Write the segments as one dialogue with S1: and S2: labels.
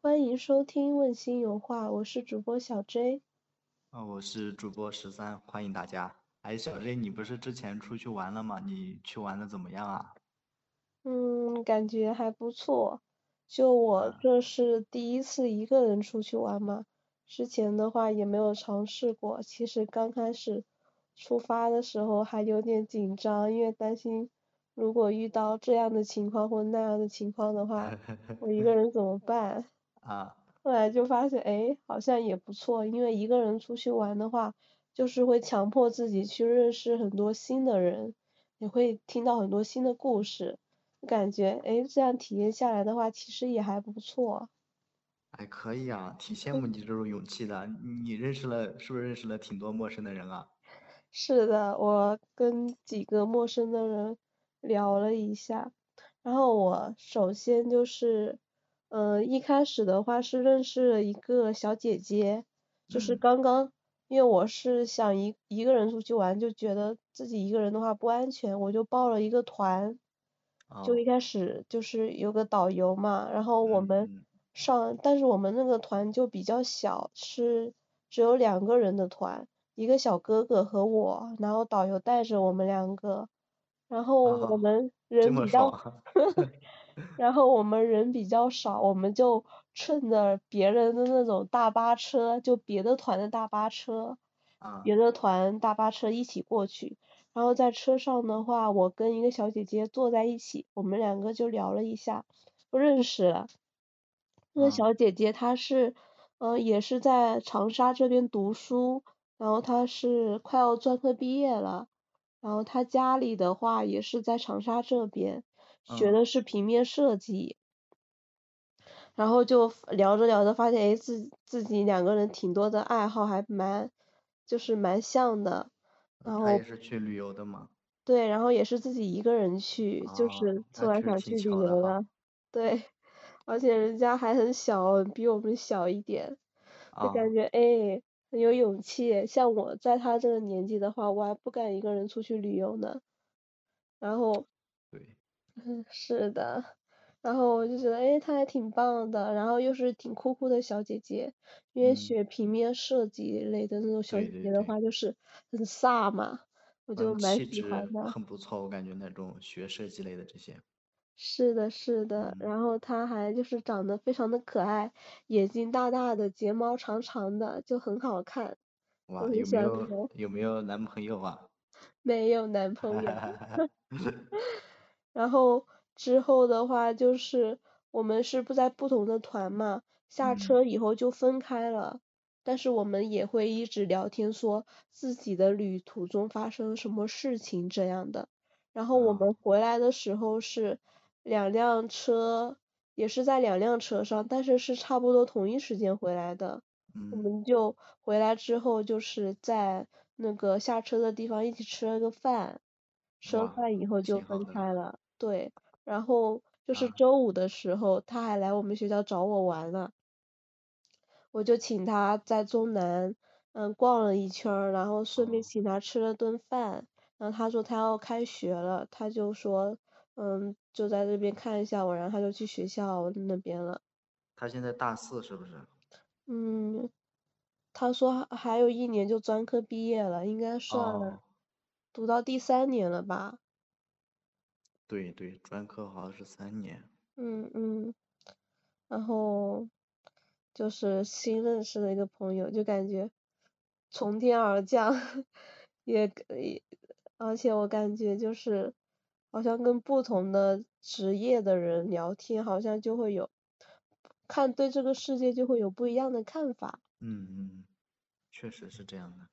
S1: 欢迎收听《问心有话》，我是主播小 J。
S2: 啊，我是主播十三，欢迎大家。哎，小 J，你不是之前出去玩了吗？你去玩的怎么样啊？
S1: 嗯，感觉还不错。就我
S2: 啊，
S1: 这是第一次一个人出去玩嘛，之前的话也没有尝试过。其实刚开始出发的时候还有点紧张，因为担心如果遇到这样的情况或那样的情况的话， 我一个人怎么办？
S2: 啊，
S1: 后来就发现，哎，好像也不错，因为一个人出去玩的话，就是会强迫自己去认识很多新的人，也会听到很多新的故事，感觉，哎，这样体验下来的话，其实也还不错。
S2: 哎，可以啊，挺羡慕
S1: 嗯，
S2: 你这种勇气的。你认识了，是不是认识了挺多陌生的人啊？
S1: 是的，我跟几个陌生的人聊了一下，然后我首先就是，呃，一开始的话是认识了一个小姐姐，就是
S2: 嗯，
S1: 刚刚，因为我是想一一个人出去玩，就觉得自己一个人的话不安全，我就报了一个团，就一
S2: 哦，
S1: 开始就是有个导游嘛，然后我
S2: 嗯
S1: 们
S2: 嗯，
S1: 上，但是我们那个团就比较小，是只有两个人的团。一个小哥哥和我，然后导游带着我们两个，然后我
S2: 哦，
S1: 们
S2: 这
S1: 人
S2: 么
S1: 比较，
S2: 爽，
S1: 然后我们人比较少，我们就趁着别人的那种大巴车，就别的团的大巴车，
S2: 啊，
S1: 别的团大巴车一起过去。然后在车上的话，我跟一个小姐姐坐在一起，我们两个就聊了一下，就认识了。那个
S2: 啊，
S1: 小姐姐她是，呃，也是在长沙这边读书，然后她是快要专科毕业了，然后她家里的话也是在长沙这边，学
S2: 嗯，
S1: 的是平面设计，然后就聊着聊着发现，诶，哎自自己两个人挺多的爱好还蛮，就是蛮像的，
S2: 呃
S1: 然
S2: 他
S1: 后
S2: 也是去旅游的嘛。
S1: 对，然后也是自己一个人去，就
S2: 哦，
S1: 是
S2: 那
S1: 突然
S2: 确
S1: 想
S2: 实挺
S1: 去旅
S2: 巧的
S1: 游
S2: 哈。
S1: 了，对，而且人家还很小，比我们小一点，就感
S2: 啊，
S1: 觉哎很有勇气。像我在他这个年纪的话，我还不敢一个人出去旅游呢。然后，
S2: 对，
S1: 嗯，是的，然后我就觉得哎，她还挺棒的，然后又是挺酷酷的小姐姐，因为
S2: 嗯，
S1: 学平面设计类的那种小
S2: 对
S1: 姐
S2: 对
S1: 姐的
S2: 对。
S1: 话，就是很飒嘛，我就
S2: 嗯，
S1: 蛮
S2: 气
S1: 喜欢
S2: 质
S1: 的。
S2: 很不错，我感觉那种学设计类的这些，
S1: 是的，是的，
S2: 嗯，
S1: 然后她还就是长得非常的可爱，眼睛大大的，睫毛长长的，就很好看。我
S2: 哇，
S1: 很
S2: 有
S1: 喜
S2: 没
S1: 欢这
S2: 有
S1: 种
S2: 有没有男朋友啊？
S1: 没有男朋友。然后之后的话就是我们是不在不同的团嘛，下
S2: 嗯，
S1: 车以后就分开了，但是我们也会一直聊天，说自己的旅途中发生什么事情这样的。然后我
S2: 啊，
S1: 们回来的时候是两辆车，也是在两辆车上，但是是差不多同一时间回来的。 我
S2: 嗯，
S1: 们就回来之后，就是在那个下车的地方一起吃了个饭，吃了
S2: 哇，
S1: 饭以后就
S2: 挺好
S1: 分
S2: 的呢，
S1: 开了。对，然后就是
S2: 啊，
S1: 周五的时候，他还来我们学校找我玩了，我就请他在中南嗯逛了一圈儿，然后顺便
S2: 哦，
S1: 请他吃了顿饭。然后他说他要开学了，他就说嗯就在这边看一下我，然后他就去学校那边了。
S2: 他现在大四是不是？
S1: 嗯，他说还还有一年就专科毕业了，应该算
S2: 哦，
S1: 读到第三年了吧？
S2: 对对，专科好像是三年，
S1: 嗯嗯，然后就是新认识的一个朋友，就感觉从天而降，也也，而且我感觉就是好像跟不同的职业的人聊天，好像就会有看对这个世界就会有不一样的看法。
S2: 嗯嗯，确实是这样的，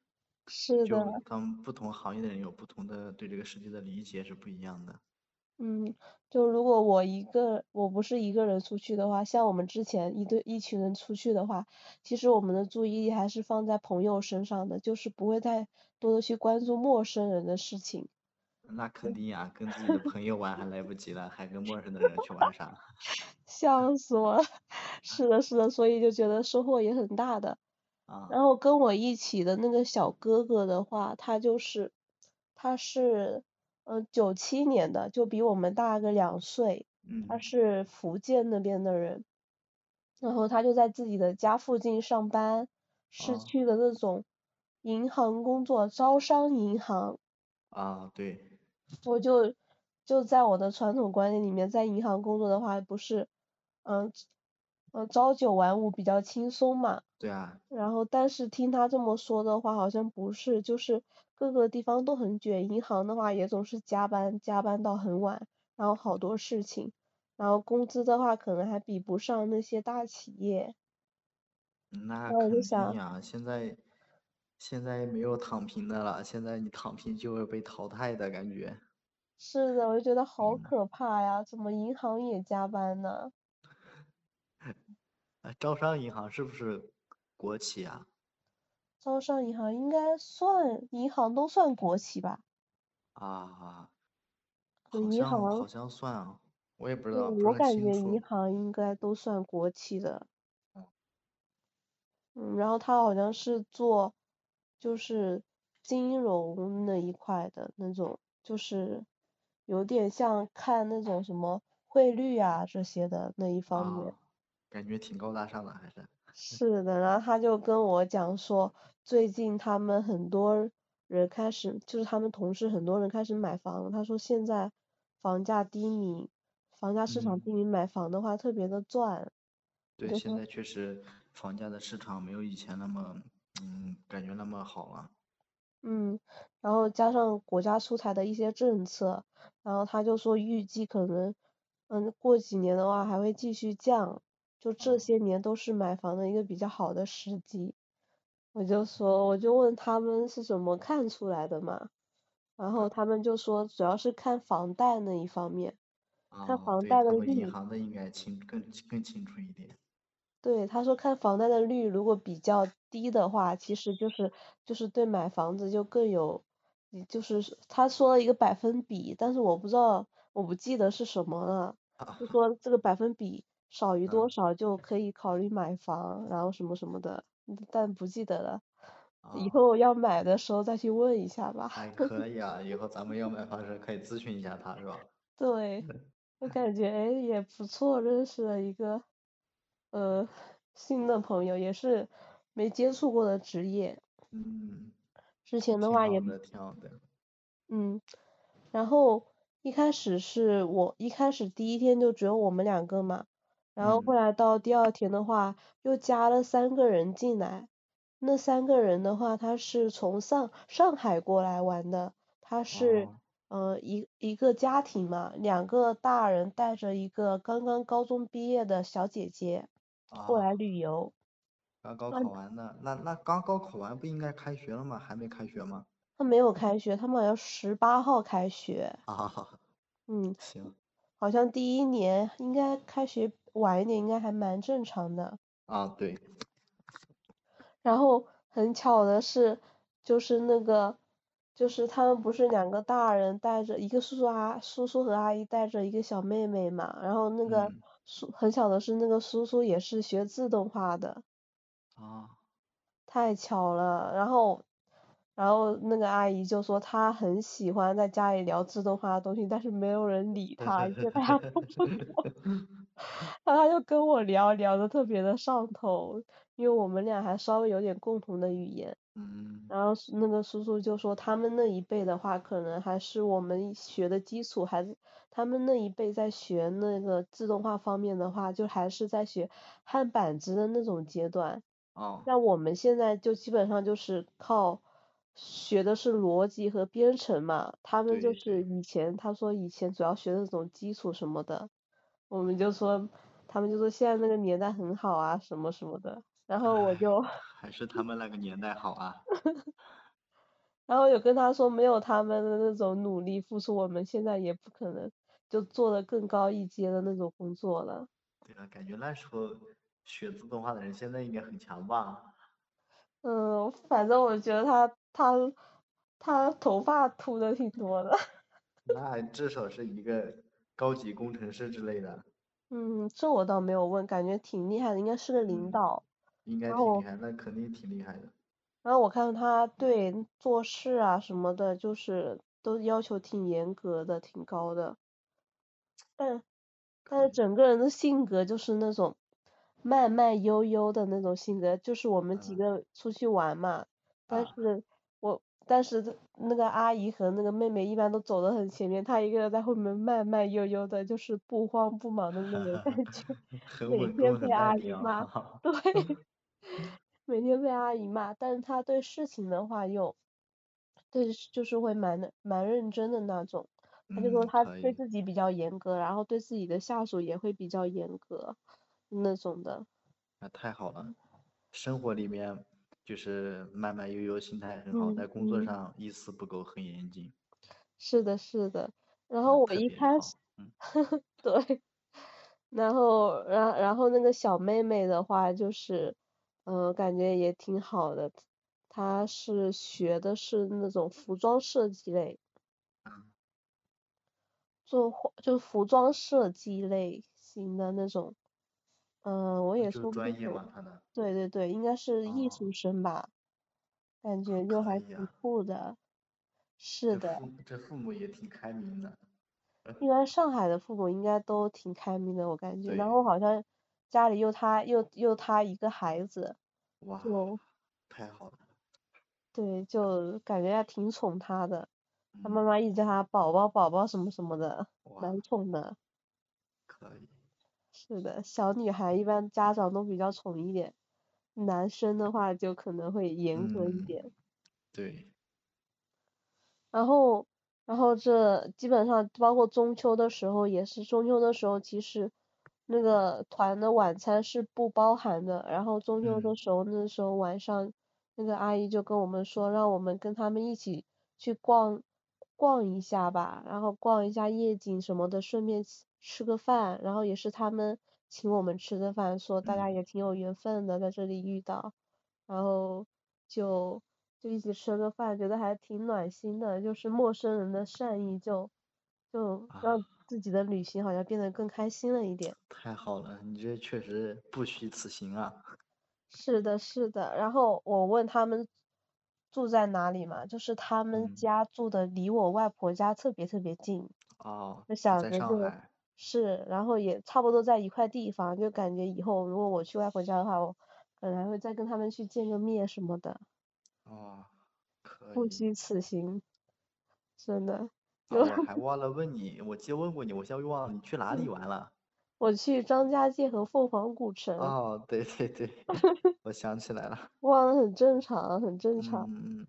S1: 是
S2: 就
S1: 的。
S2: 他们不同行业的人有不同的对这个世界的理解是不一样的，
S1: 嗯，就如果我一个，我不是一个人出去的话，像我们之前一对一群人出去的话，其实我们的注意力还是放在朋友身上的，就是不会太多的去关注陌生人的事情。
S2: 那
S1: 嗯
S2: 肯定呀，跟自己的朋友玩还来不及了，还跟陌生的人去 玩啥？
S1: 笑死我了，是的，是的，所以就觉得收获也很大的。
S2: 啊，
S1: 然后跟我一起的那个小哥哥的话，他就是，他是，呃，九七年的，就比我们大个两岁，他
S2: 嗯。
S1: 是福建那边的人。然后他就在自己的家附近上班，是
S2: 哦
S1: 去的那种银行工作，招商银行。
S2: 啊，对，
S1: 我就就在我的传统观念里面，在银行工作的话，不是，嗯，嗯，朝九晚五比较轻松嘛。
S2: 对啊，
S1: 然后，但是听他这么说的话，好像不是，就是各个地方都很卷，银行的话也总是加班，加班到很晚，然后好多事情，然后工资的话可能还比不上那些大企业。
S2: 那
S1: 然后我就
S2: 肯定
S1: 想，
S2: 呀，现在现在没有躺平的了，现在你躺平就会被淘汰的感觉。
S1: 是的，我就觉得好
S2: 嗯，
S1: 可怕呀，怎么银行也加班呢？
S2: 啊招商银行是不是国企啊？
S1: 招商银行应该算银行都算国企吧？
S2: 啊，
S1: 对，
S2: 好
S1: 银
S2: 像好
S1: 行，
S2: 像算啊，我也不知
S1: 对，
S2: 道，不
S1: 嗯我
S2: 是很
S1: 感
S2: 清
S1: 觉银
S2: 楚。
S1: 行应该都算国企的。
S2: 哦
S1: 嗯，然后他好像是做就是金融那一块的那种，就是有点像看那种什么汇率啊这些的那一方面。
S2: 啊，感觉挺高大上的，还是
S1: 是的，然后他就跟我讲说，最近他们很多人开始，就是他们同事很多人开始买房了。他说现在房价低迷，房价市场
S2: 嗯。
S1: 低迷，买房的话特别的赚。我
S2: 对，
S1: 就
S2: 现
S1: 说，
S2: 在确实房价的市场没有以前那么，嗯，感觉那么好了。
S1: 嗯，然后加上国家出台的一些政策，然后他就说预计可能，嗯，过几年的话还会继续降，就这
S2: 哦，
S1: 些年都是买房的一个比较好的时机。我就说，我就问他们是怎么看出来的嘛，然后他们就说主要是看房贷那一方面，看
S2: 啊，
S1: 房
S2: 对，
S1: 贷
S2: 他
S1: 的
S2: 们银
S1: 率，
S2: 行的应该清更更清楚一点。
S1: 对，他说看房贷的率如果比较低的话，其实就是就是对买房子就更有，嗯就是说他说了一个百分比，但是我不知道，我不记得是什么了，就
S2: 啊，
S1: 说这个百分比少于多
S2: 嗯，
S1: 少就可以考虑买房，然后什么什么的，嗯但不记得了，以
S2: 啊，
S1: 后要买的时候再去问一下吧。
S2: 哎，可以啊，以后咱们要买房时可以咨询一下他，是吧？
S1: 对，我感觉哎也不错，认识了一个呃新的朋友，也是没接触过的职业。
S2: 嗯，
S1: 之前的
S2: 挺
S1: 话也
S2: 好的，挺好的。
S1: 嗯，然后一开始是我一开始第一天就只有我们两个嘛，然后后
S2: 嗯，
S1: 来到第二天的话又加了三个人进来，那三个人的话他是从上上海过来玩的，他是
S2: 哦，
S1: 呃一一个家庭嘛，两个大人带着一个刚刚高中毕业的小姐姐过来
S2: 啊，
S1: 旅游，
S2: 刚高
S1: 那
S2: 考完呢，那那刚高考完不应该开学了吗？还没开学吗？
S1: 他没有开学，他们好像十八号开学。
S2: 啊，
S1: 嗯，
S2: 行，
S1: 好像第一年应该开学晚一点，应该还蛮正常的。
S2: 啊，对，
S1: 然后很巧的是，就是那个，就是他们不是两个大人带着一个叔叔阿叔叔和阿姨带着一个小妹妹嘛，然后那个
S2: 嗯，
S1: 叔很巧的是，那个叔叔也是学自动化的，
S2: 啊，
S1: 太巧了。然后，然后那个阿姨就说她很喜欢在家里聊自动化的东西，但是没有人理她，因为大家都不懂。然后他就跟我聊，聊的特别的上头，因为我们俩还稍微有点共同的语言。
S2: 嗯，
S1: 然后是那个叔叔就说，他们那一辈的话，可能还是我们学的基础，还是他们那一辈在学那个自动化方面的话，就还是在学焊板子的那种阶段。
S2: 哦，
S1: 那我们现在就基本上就是靠学的是逻辑和编程嘛，他们就
S2: 对
S1: 是
S2: 对。
S1: 以前他说以前主要学的那种基础什么的，我们就说他们就说现在那个年代很好啊什么什么的，然后我
S2: 唉，
S1: 就
S2: 还是他们那个年代好啊。
S1: 然后有跟他说没有他们的那种努力付出，我们现在也不可能就做的更高一阶的那种工作了。
S2: 对啊，感觉那时候学自动化的人现在应该很强吧？
S1: 嗯，反正我觉得他他他头发秃的挺多的。
S2: 那至少是一个高级工程师之类的。
S1: 嗯，这我倒没有问，感觉挺厉害的，应该是个领
S2: 嗯，
S1: 导。
S2: 应该
S1: 然
S2: 挺厉
S1: 后，
S2: 害，那肯定挺厉害 的。
S1: 然后我看他对做事啊什么的，就是都要求挺严格的，挺高的。但
S2: 可
S1: 但是
S2: 以。
S1: 整个人的性格就是那种，慢慢悠悠的那种性格，就是我们几
S2: 嗯
S1: 个出去玩嘛，但
S2: 啊
S1: 是我但是那个阿姨和那个妹妹一般都走得很前面，她一个人在后面慢慢悠悠的，就是不慌不忙的那种 感觉，
S2: 很
S1: 每
S2: 稳
S1: 天被
S2: 重，很淡
S1: 阿姨
S2: 定
S1: 骂，
S2: 啊。
S1: 对，
S2: 嗯
S1: 每天被阿姨骂，但是她对事情的话又对，就是会蛮的蛮认真的那种。他就说
S2: 嗯，
S1: 他
S2: 可
S1: 对
S2: 以。
S1: 自己比较严格，然后对自己的下属也会比较严格那种的。
S2: 那太好了，生活里面就是慢慢悠悠，心态很好，
S1: 嗯
S2: 在工作
S1: 嗯，
S2: 上一丝不苟，很严谨，
S1: 是的，是的。然后
S2: 嗯，
S1: 我
S2: 特
S1: 一
S2: 别
S1: 开始，
S2: 好，嗯
S1: 对，然后然然后那个小妹妹的话，就是，嗯、感觉也挺好的。她是学的是那种服装设计类，
S2: 嗯，
S1: 做化就服装设计类型的那种。嗯、我也
S2: 啊就是
S1: 说不
S2: 专业
S1: 准。
S2: 嘛，他的，
S1: 对对对，应该是艺
S2: 哦，
S1: 术生吧，感
S2: 啊
S1: 觉就
S2: 可
S1: 还
S2: 以
S1: 挺
S2: 啊，
S1: 酷的。是
S2: 这
S1: 的，
S2: 父这父母也挺开明的，
S1: 一般上海的父母应该都挺开明的，我感觉。然
S2: 对，
S1: 后好像家里又他又又他一个孩子，
S2: 哇，
S1: 就
S2: 太好了，
S1: 对，就感觉还挺宠他的。他妈
S2: 嗯，
S1: 妈一直叫他宝宝宝宝什么什么的，
S2: 哇，
S1: 蛮宠的。
S2: 可以，
S1: 是的，小女孩一般家长都比较宠一点，男生的话就可能会严格一
S2: 嗯，
S1: 点。
S2: 对，
S1: 然后，然后这基本上包括中秋的时候也是，中秋的时候其实那个团的晚餐是不包含的。然后中秋的
S2: 嗯，
S1: 时候，那时候晚上那个阿姨就跟我们说，让我们跟他们一起去逛逛一下吧，然后逛一下夜景什么的，顺便吃吃个饭。然后也是他们请我们吃的饭，说大家
S2: 嗯，
S1: 也挺有缘分的，在这里遇到。然后就就一起吃了个饭，觉得还挺暖心的，就是陌生人的善意就，就
S2: 啊，
S1: 让自己的旅行好像变得更开心了一点。
S2: 太好了，你这确实不虚此行啊，
S1: 是的，是的。然后我问他们住在哪里嘛，就是他们
S2: 嗯，
S1: 家住的离我外婆家特别特别近，
S2: 哦，
S1: 我
S2: 就
S1: 想
S2: 在
S1: 着
S2: 上
S1: 就
S2: 海，
S1: 是，然后也差不多在一块地方，就感觉以后如果我去外婆家的话，我可能还会再跟他们去见个面什么的，
S2: 哦，可
S1: 不
S2: 以。
S1: 虚此行，真的
S2: 啊，
S1: 就。
S2: 我还忘了问你，我记得问过你，我现在又忘了你去哪里
S1: 嗯，
S2: 玩 了。
S1: 我去张家界和凤凰古城，
S2: 哦，对 对对，我想起来了。
S1: 忘了很正常，很正常。
S2: 嗯，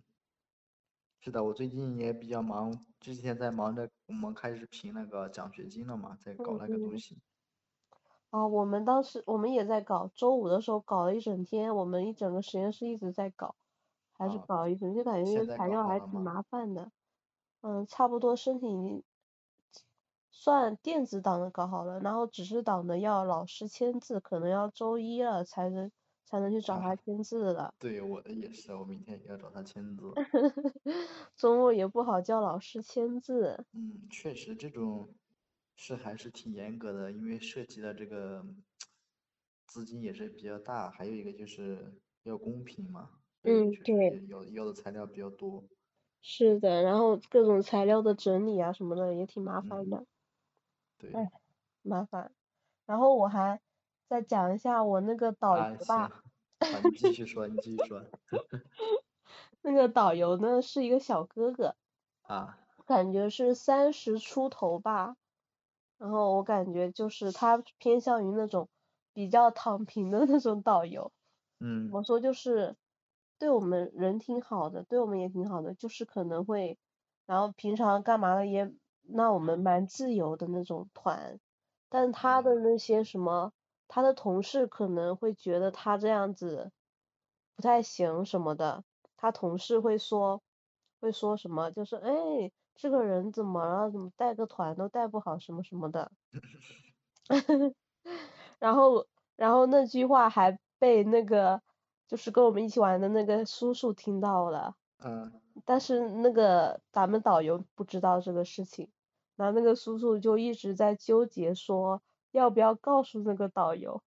S2: 是的，我最近也比较忙，之前在忙着我们开始评那个奖学金了嘛，在搞
S1: 嗯
S2: 那个东
S1: 嗯。
S2: 西。
S1: 啊，我们当时我们也在搞，周五的时候搞了一整天，我们一整个实验室一直在搞，还是
S2: 啊，
S1: 搞一整，就感觉
S2: 现在
S1: 材
S2: 搞
S1: 料
S2: 好
S1: 还
S2: 了
S1: 挺
S2: 吗？
S1: 麻烦的。嗯，差不多申请算电子档的搞好了，然后纸质档的要老师签字，可能要周一了才能才能去找他
S2: 啊，
S1: 签字了。
S2: 对，我的也是，我明天也要找他签字。
S1: 周末也不好叫老师签字。
S2: 嗯，确实这种是还是挺严格的，因为涉及的这个资金也是比较大，还有一个就是要公平嘛，所以
S1: 嗯，
S2: 确实
S1: 对。
S2: 也要要的材料比较多。
S1: 是的，然后各种材料的整理啊什么的也挺麻烦
S2: 嗯，
S1: 的，
S2: 对，
S1: 哎，麻烦。然后我还再讲一下我那个导游
S2: 啊，行，
S1: 吧，
S2: 好，你继续 说，你继续说。
S1: 那个导游呢是一个小哥哥，
S2: 啊，
S1: 感觉是三十出头吧，然后我感觉就是他偏向于那种比较躺平的那种导游，怎
S2: 嗯，
S1: 么说就是对我们人挺好的，对我们也挺好的，就是可能会，然后平常干嘛的也让我们蛮自由的那种团，但他的
S2: 啊，
S1: 那些什么，他的同事可能会觉得他这样子不太行什么的，他同事会说会说什么，就是哎，这个人怎么了，怎么带个团都带不好什么什么的。然后，然后那句话还被那个就是跟我们一起玩的那个叔叔听到了，
S2: 嗯，
S1: 但是那个咱们导游不知道这个事情，然后那个叔叔就一直在纠结说要不要告诉那个导游，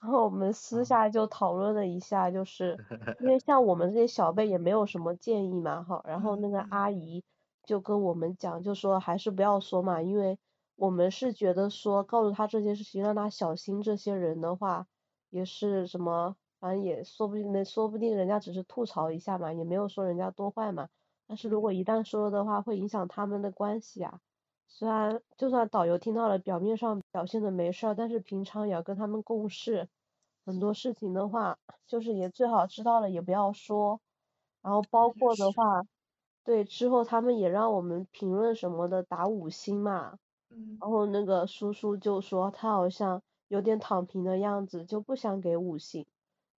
S1: 然后我们私
S2: 啊，
S1: 下就讨论了一下， 就是因为像我们这些小辈也没有什么建议嘛，哈，然后
S2: 嗯
S1: 那个
S2: 嗯，
S1: 阿姨就跟我们讲，就说还是不要说嘛，因为我们是觉得说告诉他这些事情，让他小心这些人的话，也是什么，反正也说不定能，说不定人家只是吐槽一下嘛，也没有说人家多坏嘛。但是如
S2: 嗯
S1: 果一旦说的话，会影响他们的关系啊。虽然就算导游听到了，表面上表现的没事儿，但是平常也要跟他们共事。很多事情的话，就是也最好知道了也不要说。然后包
S2: 也
S1: 括的
S2: 是，
S1: 话，对，之后他们也让我们评论什么的打五星嘛。
S2: 嗯，
S1: 然后那个叔叔就说他好像有点躺平的样子，就不想给五星。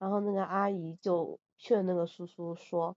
S1: 然后那个阿姨就劝那个叔叔说，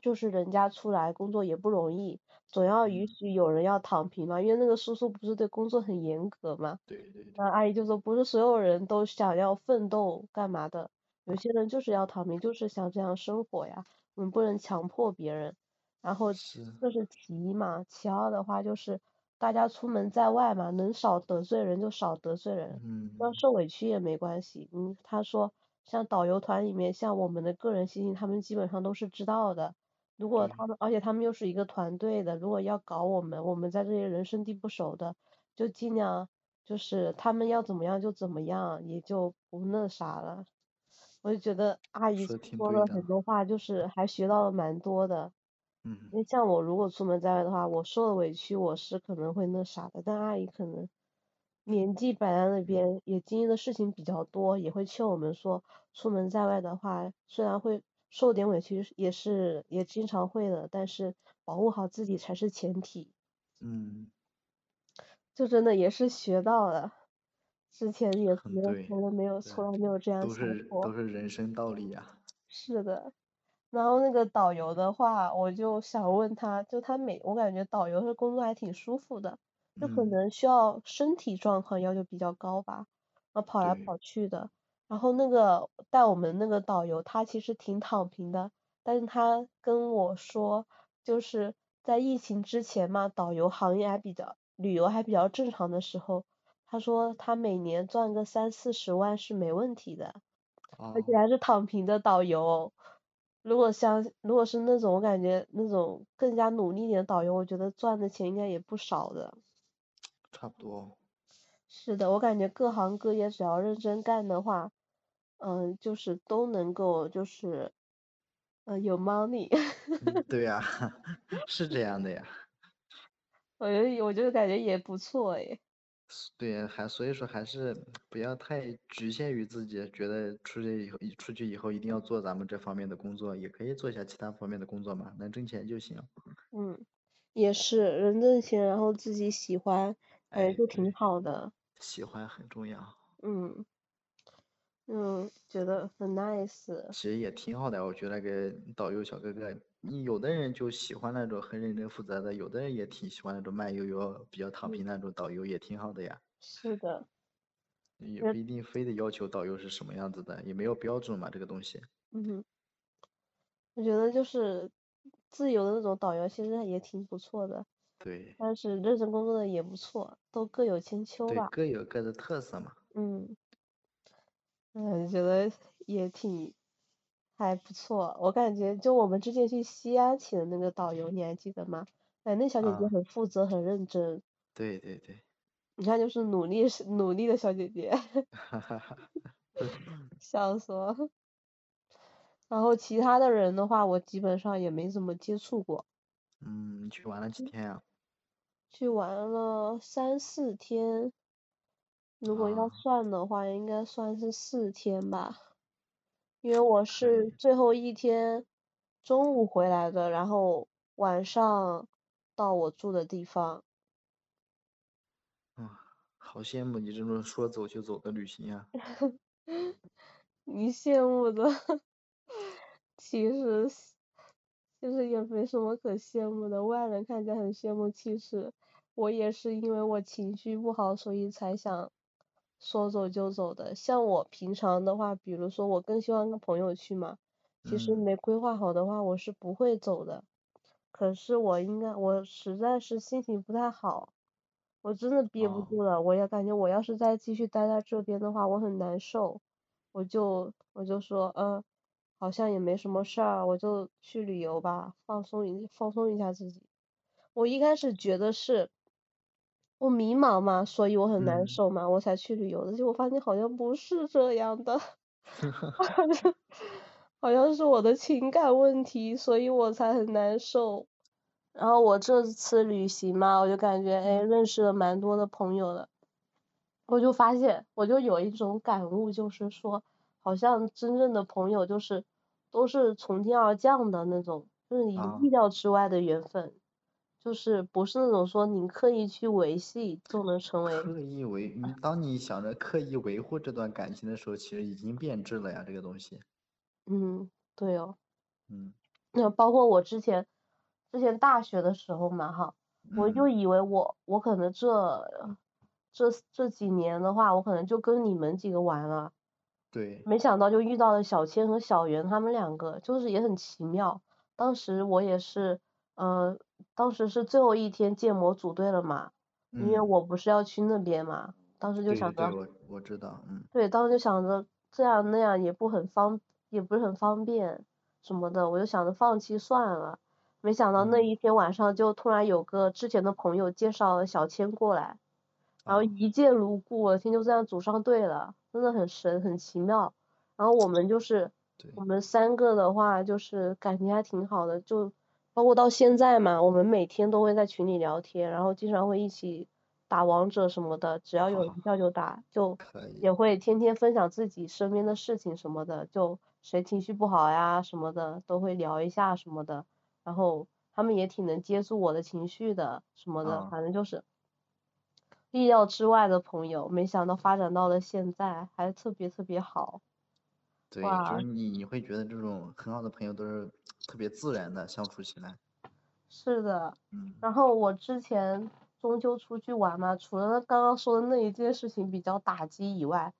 S1: 就是人家出来工作也不容易，总要允
S2: 嗯，
S1: 许有人要躺平嘛。因为那个叔叔不是对工作很严格嘛，
S2: 对对对，
S1: 那阿姨就说不是所有人都想要奋斗干嘛的，有些人就是要躺平，就是想这样生活呀，我们不能强迫别人。然后
S2: 是，
S1: 这是其一嘛，其二的话就是大家出门在外嘛，能少得罪人就少得罪人，那
S2: 嗯，
S1: 受委屈也没关系。嗯，他说像导游团里面，像我们的个人信息，他们基本上都是知道的。如果
S2: 对，
S1: 他们，而且他们又是一个团队的，如果要搞我们，我们在这里人生地不熟的，就尽量就是他们要怎么样就怎么样，也就不那啥了。我就觉得阿姨
S2: 说的挺
S1: 说
S2: 对
S1: 了
S2: 的，
S1: 很多话，就是还学到了蛮多的。
S2: 嗯，
S1: 因为像我如果出门在外的话，我受了委屈，我是可能会那啥的，但阿姨可能年纪摆在那边，也经历的事情比较多，也会劝我们说，出门在外的话，虽然会受点委屈，也是也经常会的，但是保护好自己才是前提。
S2: 嗯，
S1: 就真的也是学到了，之前也
S2: 很
S1: 没有
S2: 嗯对，
S1: 从来没有
S2: 对，
S1: 从来没有这样
S2: 都
S1: 想
S2: 是
S1: 过。
S2: 都是人生道理呀，
S1: 是的。然后那个导游的话，我就想问他，就他每我感觉导游的工作还挺舒服的，就可
S2: 嗯，
S1: 能需要身体状况要求比较高吧，然后跑来
S2: 对，
S1: 跑去的。然后那个带我们那个导游，他其实挺躺平的，但是他跟我说，就是在疫情之前嘛，导游行业还比较，旅游还比较正常的时候，他说他每年赚个三四十万是没问题的。而且
S2: 哦，
S1: 还是躺平的导游。哦如果像如果是那种，我感觉那种更加努力一点的导游，我觉得赚的钱应该也不少的。
S2: 差不多，
S1: 是的，我感觉各行各业只要认真干的话，嗯，就是都能够就是嗯、呃有 money。
S2: 嗯，对呀， 是这样的呀，
S1: 我觉得我就感觉也不错诶。
S2: 对，还所以说还是不要太局限于自己，觉得出去以后出去以后一定要做咱们这方面的工作，也可以做一下其他方面的工作嘛，能挣钱就行。
S1: 嗯，也是人挣钱，然后自己喜欢，感觉
S2: 哎，
S1: 就挺
S2: 对，
S1: 好的。
S2: 喜欢很重要，
S1: 嗯嗯，觉得很 nice。
S2: 其实也挺好的。我觉得那个导游小哥哥，你有的人就喜欢那种很认真负责的，有的人也挺喜欢那种慢悠悠、比较躺
S1: 嗯，
S2: 平那种导游，也挺好的呀。
S1: 是的。
S2: 也
S1: 那
S2: 不一定非得要求导游是什么样子的，也没有标准嘛，这个东西。
S1: 嗯。我觉得就是自由的那种导游，其实也挺不错的，
S2: 对
S1: 但是认真工作的也不错，都各有千秋
S2: 对，
S1: 吧。
S2: 各有各的特色嘛。
S1: 嗯，嗯，觉得也挺还不错。我感觉就我们之前去西安请的那个导游，你还记得吗？哎，那小姐姐
S2: 啊，
S1: 很负责，很认真。
S2: 对对对。
S1: 你看，就是努力是努力的小姐姐，
S2: 哈哈哈，
S1: 笑死我。 然后其他的人的话，我基本上也没怎么接触过。
S2: 嗯，你去玩了几天啊？
S1: 去玩了三四天，如果要
S2: 啊，
S1: 算的话，应该算是四天吧，因为我
S2: 可
S1: 是
S2: 以，
S1: 最后一天中午回来的，然后晚上到我住的地方。
S2: 啊，好羡慕你这种说走就走的旅行呀。
S1: 你羡慕的， 其实其实也没什么可羡慕的，外人看起来很羡慕，其实我也是因为我情绪不好，所以才想说走就走的。像我平常的话，比如说我更希望跟朋友去嘛，其实
S2: 嗯，
S1: 没规划好的话，我是不会走的。可是我应该，我实在是心情不太好，我真的憋不
S2: 哦，
S1: 住了。我也感觉我要是再继续待在这边的话，我很难受。我就我就说，嗯，好像也没什么事儿，我就去旅游吧，放松一放松一下自己。我一开始觉得是。我迷茫嘛，所以我很难
S2: 嗯，
S1: 受嘛，我才去旅游的。结果发现好像不是这样 的，好像是我的情感问题，所以我才很难受。然后我这次旅行嘛，我就感觉哎，认识了蛮多的朋友了。我就发现，我就有一种感悟，就是说，好像真正的朋友就是都是从天而降的那种，就是你
S2: 啊，
S1: 意料之外的缘分，就是不是那种说你刻意去维系就能成为。
S2: 刻意维， 嗯，当你想着刻意维护这段感情的时候，其实已经变质了呀，这个东西。
S1: 嗯，对哦。
S2: 嗯
S1: 那包括我之前之前大学的时候嘛，哈，我就
S2: 嗯
S1: 以为我我可能这这这几年的话，我可能就跟你们几个玩了。
S2: 对，
S1: 没想到就遇到了小千和小圆他们两个，就是也很奇妙。当时我也是，呃，当时是最后一天建模组队了嘛，因为
S2: 嗯，
S1: 我不是要去那边嘛，当时就
S2: 对对
S1: 想
S2: 对，
S1: 着，
S2: 我我知道，嗯
S1: 对，当时就想着这样那样也不很方，也不是很方便什么的，我就想着放弃算了。没想到那
S2: 嗯
S1: 一天晚上就突然有个之前的朋友介绍了小千过来，然后
S2: 啊，
S1: 一见如故，我天就这样组上队了，真的很神，很奇妙。然后我们就是
S2: 对，
S1: 我们三个的话，就是感情还挺好的，就包括到现在嘛，我们每天都会在群里聊天，然后经常会一起打王者什么的，只要有人
S2: 好，
S1: 票就打，就
S2: 可以，
S1: 也会天天分享自己身边的事情什么的，就谁情绪不好呀什么的，都会聊一下什么的。然后他们也挺能接住我的情绪的什么的，
S2: 啊，
S1: 反正就是。意料之外的朋友，没想到发展到了现在，还特别特别好，
S2: 对，就
S1: 哇，
S2: 是你你会觉得这种很好的朋友都是特别自然的相处起来，
S1: 是的。
S2: 嗯
S1: 然后我之前中秋出去玩嘛，除了刚刚说的那一件事情比较打击以外，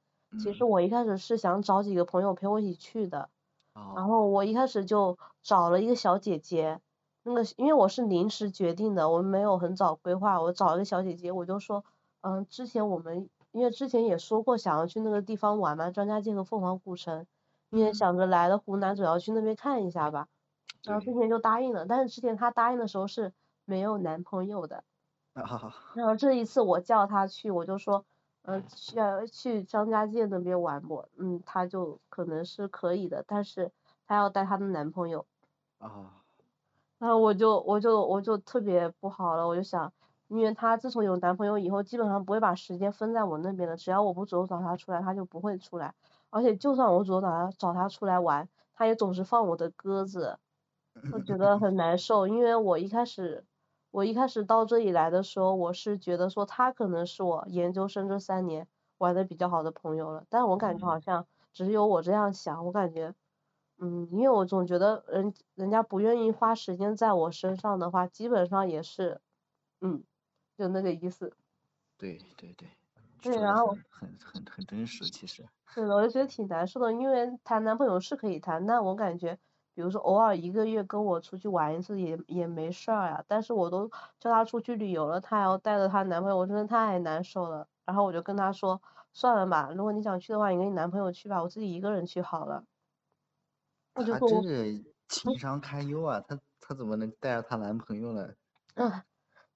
S1: 其实
S2: 嗯，
S1: 我一开始是想找几个朋友陪我一起去的，然
S2: 哦，
S1: 后我一开始就找了一个小姐姐，那个因为我是临时决定的，我没有很早规划，我找一个小姐姐，我就说，嗯，之前我们因为之前也说过想要去那个地方玩嘛，张家界和凤凰古城，因为
S2: 嗯，
S1: 想着来了湖南总要去那边看一下吧，然后之
S2: 对，
S1: 前就答应了，但是之前她答应的时候是没有男朋友的，
S2: 啊，
S1: 然后这一次我叫他去，我就说，嗯、去啊去张家界那边玩不？嗯，他就可能是可以的，但是他要带她的男朋友。
S2: 啊，
S1: 然后我就我就我就特别不好了，我就想，因为她自从有男朋友以后，基本上不会把时间分在我那边了。只要我不主动找她出来，她就不会出来。而且就算我主动找她找她出来玩，她也总是放我的鸽子，我觉得很难受。因为我一开始我一开始到这里来的时候，我是觉得说她可能是我研究生这三年玩的比较好的朋友了，但我感觉好
S2: 嗯，
S1: 像只有我这样想，我感觉。嗯，因为我总觉得人人家不愿意花时间在我身上的话，基本上也是，嗯，就那个意思。
S2: 对对对，
S1: 对，
S2: 说的
S1: 然后
S2: 很很很很真实，其实，
S1: 是的，我就觉得挺难受的，因为谈男朋友是可以谈，但我感觉，比如说偶尔一个月跟我出去玩一次也也没事儿呀，但是我都叫她出去旅游了，她还要带着她男朋友，我真的太难受了。然后我就跟她说，算了吧，如果你想去的话，你跟你男朋友去吧，我自己一个人去好了。我就
S2: 她
S1: 说
S2: 啊真
S1: 我，嗯
S2: 是情商堪忧啊，她她怎么能带着她男朋友呢？
S1: 啊，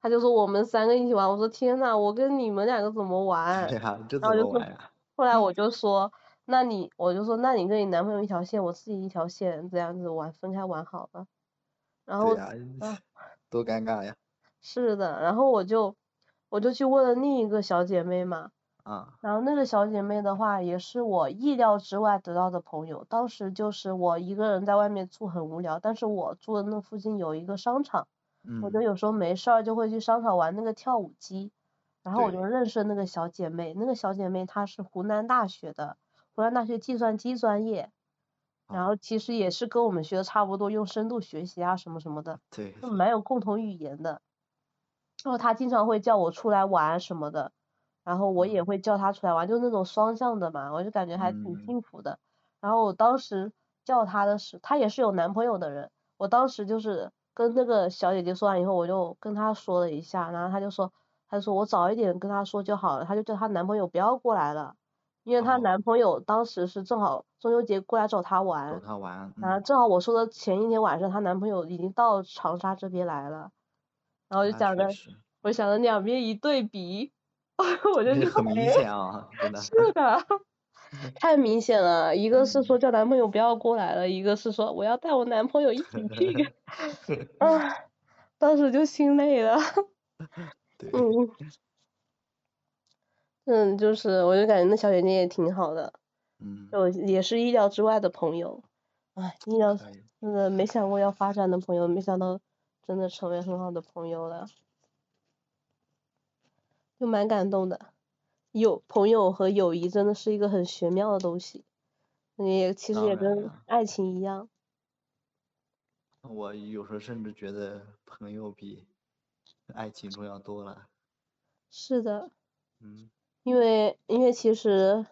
S1: 他就说我们三个一起玩，我说天呐，我跟你们两个怎么 玩？
S2: 对哎呀，这
S1: 哎然
S2: 怎
S1: 后就
S2: 么
S1: 说，
S2: 玩呀？
S1: 后来我
S2: 嗯
S1: 就说，那你我就说，那你跟你男朋友一条线，我自己一条线，这样子玩，分开玩好了。然
S2: 对
S1: 后，
S2: 呀，
S1: 啊，
S2: 多尴尬呀！
S1: 是的，然后我就我就去问了另一个小姐妹嘛，
S2: 啊，
S1: 然后那个小姐妹的话也是我意料之外得到的朋友，当时就是我一个人在外面住很无聊，但是我住的那附近有一个商场，我就
S2: 嗯，
S1: 有时候没事儿就会去商场玩那个跳舞机，然后我就
S2: 对，
S1: 认识了那个小姐妹，那个小姐妹她是湖南大学的，湖南大学计算机专业，然后
S2: 啊，
S1: 其实也是跟我们学的差不多，用深度学习啊什么什么的，
S2: 对
S1: 就
S2: 对，
S1: 蛮有共同语言的。然后他经常会叫我出来玩啊什么的，然后我也
S2: 啊，
S1: 会叫他出来玩，就那种双向的嘛，我就感觉还挺
S2: 嗯，
S1: 幸福的。然后我当时叫他的时，他也是有男朋友的人，我当时就是跟那个小姐姐说完以后，我就跟她说了一下，然后她就说，她说我早一点跟她说就好了，她就叫她男朋友不要过来了，因为她
S2: 哦，
S1: 男朋友当时是正好中秋节过来找她
S2: 找
S1: 玩，
S2: 她玩，
S1: 然后
S2: 嗯，
S1: 呃正好我说的前一天晚上，她男朋友已经到长沙这边来了。然后就
S2: 那
S1: 想
S2: 啊确
S1: 着，
S2: 实，
S1: 我想着两边一对比， 我就 哎
S2: 这
S1: 知道
S2: 很明显啊，真的。
S1: 是的， 太明显了。一个是
S2: 嗯
S1: 说叫男朋友不要过来了，一个是说我要带我男朋友一起 去。啊，当时就心累了。
S2: 对，
S1: 嗯，嗯，就是我就感觉那小姐姐也挺好的，
S2: 嗯，
S1: 就也是意料之外的朋友。哎，意料
S2: 可以，
S1: 真的没想过要发展的朋友，没想到真的成为很好的朋友了，就蛮感动的。友朋友和友谊真的是一个很玄妙的东西，你也其实
S2: 当
S1: 也
S2: 然
S1: 跟
S2: 了
S1: 爱情一样，
S2: 我有时候甚至觉得朋友比爱情重要多了。
S1: 是的，
S2: 嗯，
S1: 因为因为其实，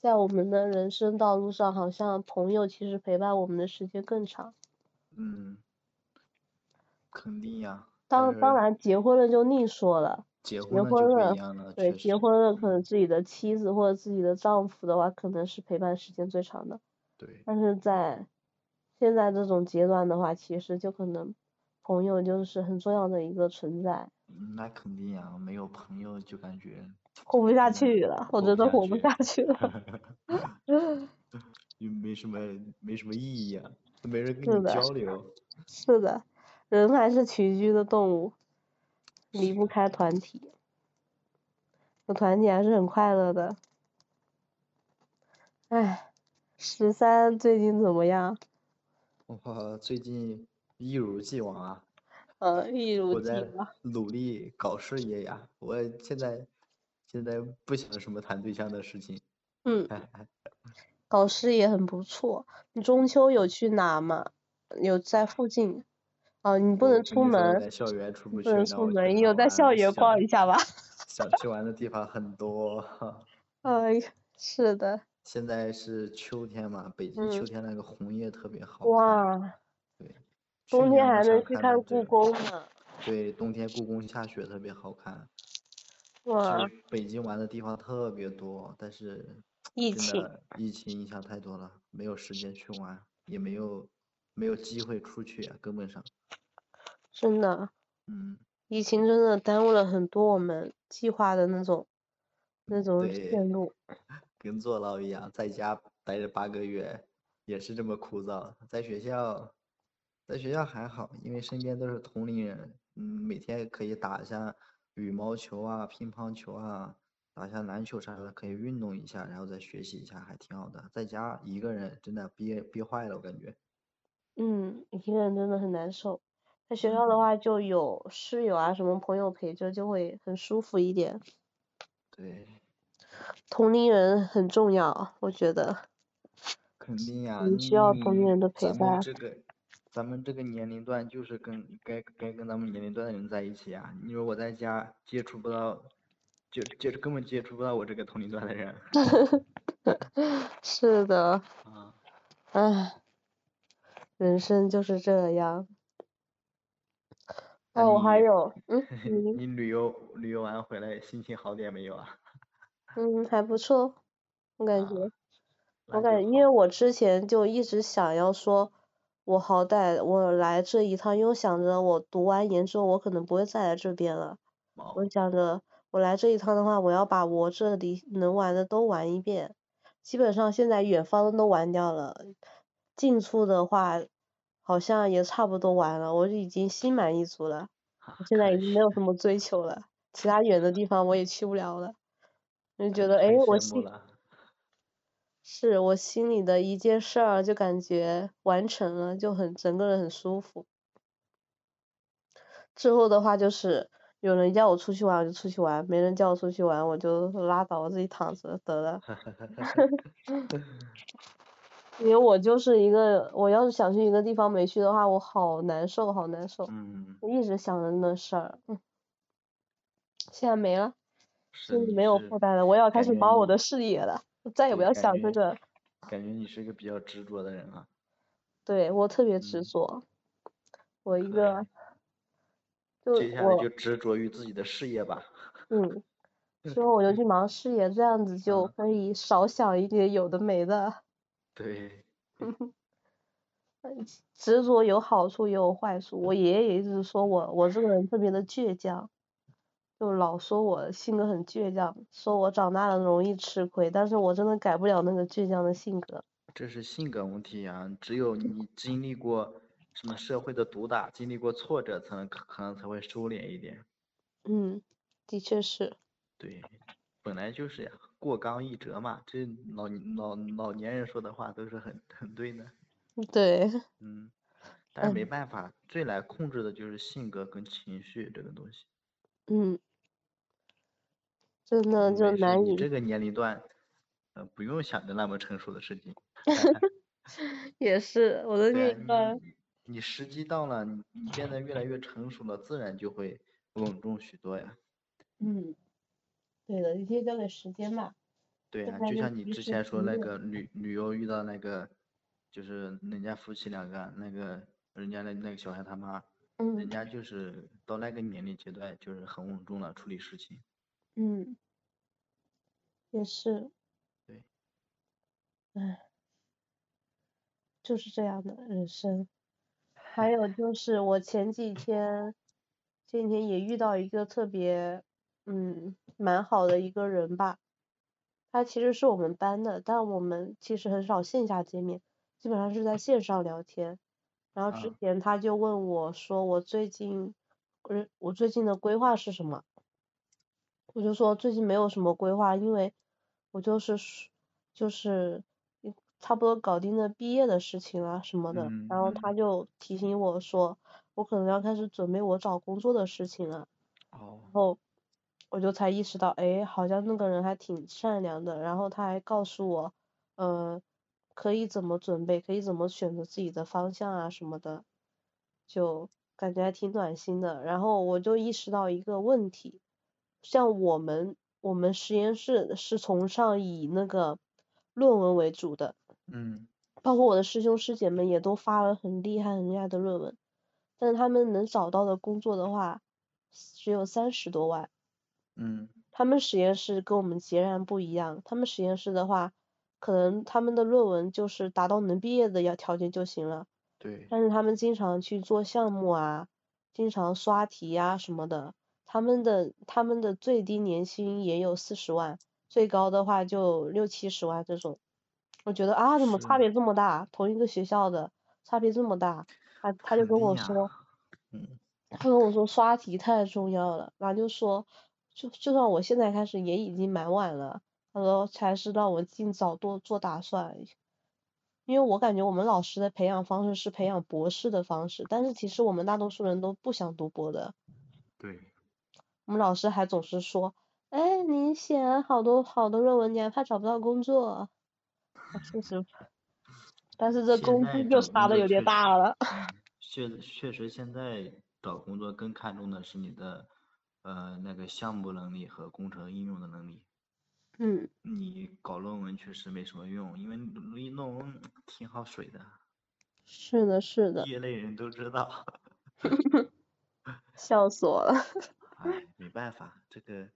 S1: 在我们的人生道路上，好像朋友其实陪伴我们的时间更长。
S2: 嗯，肯定呀。
S1: 当当，然，结婚了就另说了。
S2: 结
S1: 结
S2: 婚
S1: 婚
S2: 了就不
S1: 了
S2: 一样了，
S1: 对，
S2: 确
S1: 结
S2: 实
S1: 婚了，可能
S2: 嗯
S1: 自己的妻子或者自己的丈夫的话，可能是陪伴时间最长的。
S2: 对，
S1: 但是在现在这种阶段的话，其实就可能朋友就是很重要的一个存在，
S2: 嗯那肯定呀，没有朋友就感觉
S1: 活不下
S2: 真的
S1: 去了，我
S2: 活
S1: 真
S2: 不
S1: 的
S2: 下
S1: 活不
S2: 去
S1: 下去了。
S2: 又没什么没什么意义啊，都没人跟
S1: 是
S2: 你
S1: 的
S2: 交流。
S1: 是的，人还是群居的动物，离
S2: 是
S1: 不
S2: 的
S1: 开团体，有团体还是很快乐的。唉，十三最近怎么样？
S2: 我最近一如既往啊，
S1: 呃，一如
S2: 我
S1: 既
S2: 在
S1: 往。
S2: 努力搞事业呀。我现在现在不想什么谈对象的事情，
S1: 嗯。搞事也很不错。你中秋有去哪吗？有在附近？哦，你不
S2: 我
S1: 能
S2: 跟
S1: 出
S2: 你说，我
S1: 门，
S2: 在校园出
S1: 你
S2: 不
S1: 不
S2: 去，
S1: 能
S2: 那
S1: 出
S2: 我
S1: 门，
S2: 去
S1: 你
S2: 哪
S1: 有在
S2: 玩？
S1: 校园
S2: 想
S1: 逛一下吧？
S2: 想去玩的地方很多。
S1: 嗯，是的，
S2: 现在是秋天嘛，北京
S1: 嗯，
S2: 秋天那个红叶特别好看。
S1: 哇，
S2: 对，去
S1: 冬天
S2: 年我
S1: 还能
S2: 想
S1: 去
S2: 看
S1: 看
S2: 来
S1: 故
S2: 着，
S1: 宫呢，
S2: 对，冬天故宫下雪特别好看。其
S1: 哇，
S2: 实北京玩的地方特别多，但是
S1: 疫
S2: 真
S1: 情，
S2: 的疫情影响太多了，没有时间去玩，也没有没有机会出去啊，根本上，
S1: 真的，
S2: 嗯，
S1: 疫情真的耽误了很多我们计划的那种那种
S2: 对，
S1: 线路。
S2: 跟坐牢一样，在家待着八个月，也是这么枯燥。在学校，在学校还好，因为身边都是同龄人，嗯，每天可以打一下羽毛球啊、乒乓球啊，打一下篮球啥的，可以运动一下，然后再学习一下，还挺好的。在家一个人真的憋憋坏了，我感觉。
S1: 嗯，一个人真的很难受。在学校的
S2: 嗯，
S1: 话，就有室友啊，什么朋友陪着，就会很舒服一点。
S2: 对，
S1: 同龄人很重要，我觉得
S2: 肯定呀，
S1: 你需要同龄
S2: 你
S1: 人的陪
S2: 咱们
S1: 伴。
S2: 这个，咱们这个年龄段就是跟该该跟咱们年龄段的人在一起啊。你如果在家接触不到，就就根本接触不到我这个同龄段的人。
S1: 是的，
S2: 啊，
S1: 唉，人生就是这样。
S2: 那
S1: 哦，我还
S2: 你
S1: 有，嗯，你，
S2: 你旅游旅游完回来心情好点没有啊？
S1: 嗯，还不错，我感觉，
S2: 啊，
S1: 我
S2: 那
S1: 感
S2: 就
S1: 觉，因为
S2: 好。
S1: 我之前就一直想要说，我好歹我来这一趟，因为我想着我读完研之后，我可能不会再来这边了。我
S2: 哦，
S1: 想着我来这一趟的话，我要把我这里能玩的都玩一遍。基本上现在远方的都玩掉了，近处的话好像也差不多玩了，我已经心满意足了。我
S2: 啊，
S1: 现在已
S2: 可以，
S1: 经没有什么追求了，其他远的地方我也去不了了。就觉
S2: 太
S1: 得，诶，我
S2: 太哎羡慕
S1: 心
S2: 了。
S1: 是我心里的一件事儿，就感觉完成了，就很整个人很舒服。之后的话就是有人叫我出去玩我就出去玩，没人叫我出去玩我就拉倒，我自己躺着得了。 因为我就是一个，我要是想去一个地方没去的话，我好难受，好难受。
S2: 嗯，
S1: 我一直想着那事儿，嗯现在没了，
S2: 是
S1: 心里
S2: 你
S1: 没有
S2: 嗯是，
S1: 负担了。我要开
S2: 感
S1: 始
S2: 觉
S1: 忙我
S2: 你
S1: 的事业了，我再也不
S2: 对
S1: 要
S2: 感
S1: 想这
S2: 觉
S1: 个。
S2: 感觉你是个比较执着的人啊。
S1: 对我特别执
S2: 嗯，
S1: 着，我一
S2: 可以。
S1: 个就
S2: 接下来
S1: 呃我
S2: 就执着于自己的事业吧。
S1: 嗯，之后我就去忙事业，这样子就
S2: 嗯，
S1: 可以少想一点有的没的。
S2: 对，
S1: 执着有好处也有坏处。我爷爷也一直说我，我这个人特别的倔强，就老说我性格很倔强，说我长大了容易吃亏，但是我真的改不了那个倔强的性格。
S2: 这是性格问题啊！只有你经历过什么社会的毒打，经历过挫折，才能可能才会收敛一点。
S1: 嗯，的确是。
S2: 对，本来就是呀，过刚易折嘛，这老老老年人说的话都是很很对的。
S1: 对，
S2: 嗯，但是没
S1: 嗯
S2: 办法，最难控制的就是性格跟情绪这个东西。
S1: 嗯，真的
S2: 嗯
S1: 就
S2: 没事，
S1: 难
S2: 你
S1: 以，
S2: 这个年龄段，呃，不用想着那么成熟的事情。
S1: 也是我的
S2: 对啊，
S1: 那个，
S2: 你你时机到了，你你变得越来越成熟了，自然就会稳重许多呀。
S1: 嗯，对的，一切交给时间吧，
S2: 对
S1: 现
S2: 呀，
S1: 在
S2: 就
S1: 就
S2: 像你
S1: 及
S2: 之
S1: 时
S2: 前说
S1: 行
S2: 那
S1: 乐。
S2: 个旅旅游遇到那个，就是人家夫妻两个，那个人家那那个小孩他妈，人
S1: 嗯
S2: 家就是到那个年龄阶段就是很稳重了处理事情。
S1: 嗯，也是，
S2: 对，
S1: 唉，就是这样的人生。 还有就是我前几天，前几天也遇到一个特别，嗯，蛮好的一个人吧。他其实是我们班的，但我们其实很少线下见面，基本上是在线上聊天。然后之
S2: 啊，
S1: 前他就问我说，我最近，呃我最近的规划是什么？我就说最近没有什么规划，因为我就是是就是嗯差不多搞定了毕业的事情啊什么的。
S2: 嗯
S1: 然后他
S2: 嗯，
S1: 就提醒我说，我可能要开始准备我找工作的事情了。
S2: 哦，
S1: 然后我就才意识到，诶，好像那个人还挺善良的。然后他还告诉我，呃，可以怎么准备，可以怎么选择自己的方向啊什么的，就感觉还挺暖心的。然后我就意识到一个问题，像我们我们实验室是崇尚以那个论文为主的，
S2: 嗯，
S1: 包括我的师兄师姐们也都发了很厉害很厉害的论文，但是他们能找到的工作的话，只有三十多万。
S2: 嗯，
S1: 他们实验室跟我们截然不一样，他们实验室的话，可能他们的论文就是达到能毕业的要条件就行了，
S2: 对，
S1: 但是他们经常去做项目啊，经常刷题呀、什么的，他们的他们的最低年薪也有四十万，最高的话就六七十万这种。我觉得啊，怎么差
S2: 是，
S1: 别这么大？同一个学校的差别这么大，他他就
S2: 肯
S1: 跟
S2: 定
S1: 我
S2: 呀，
S1: 说，
S2: 嗯，
S1: 他跟我说刷题太重要了，然后就说，就就算我现在开始也已经蛮晚了，他说还是让我尽早多做打算，因为我感觉我们老师的培养方式是培养博士的方式，但是其实我们大多数人都不想读博的，
S2: 对，
S1: 我们老师还总是说，哎，你写了好多好多论文，你还怕找不到工作？ 啊，确实，但是这
S2: 现
S1: 工资
S2: 在
S1: 就
S2: 找
S1: 杀
S2: 工
S1: 的
S2: 作
S1: 有点
S2: 确实，
S1: 大了。
S2: 嗯， 确确实现在找工作更看重的是你的，呃，那个项目能力和工程应用的能力。
S1: 嗯，
S2: 你搞论文确实没什么用，因为论论文挺好水的，
S1: 是的，是的，
S2: 业内人都知道。
S1: 笑死我了。
S2: 哎，没办法，这个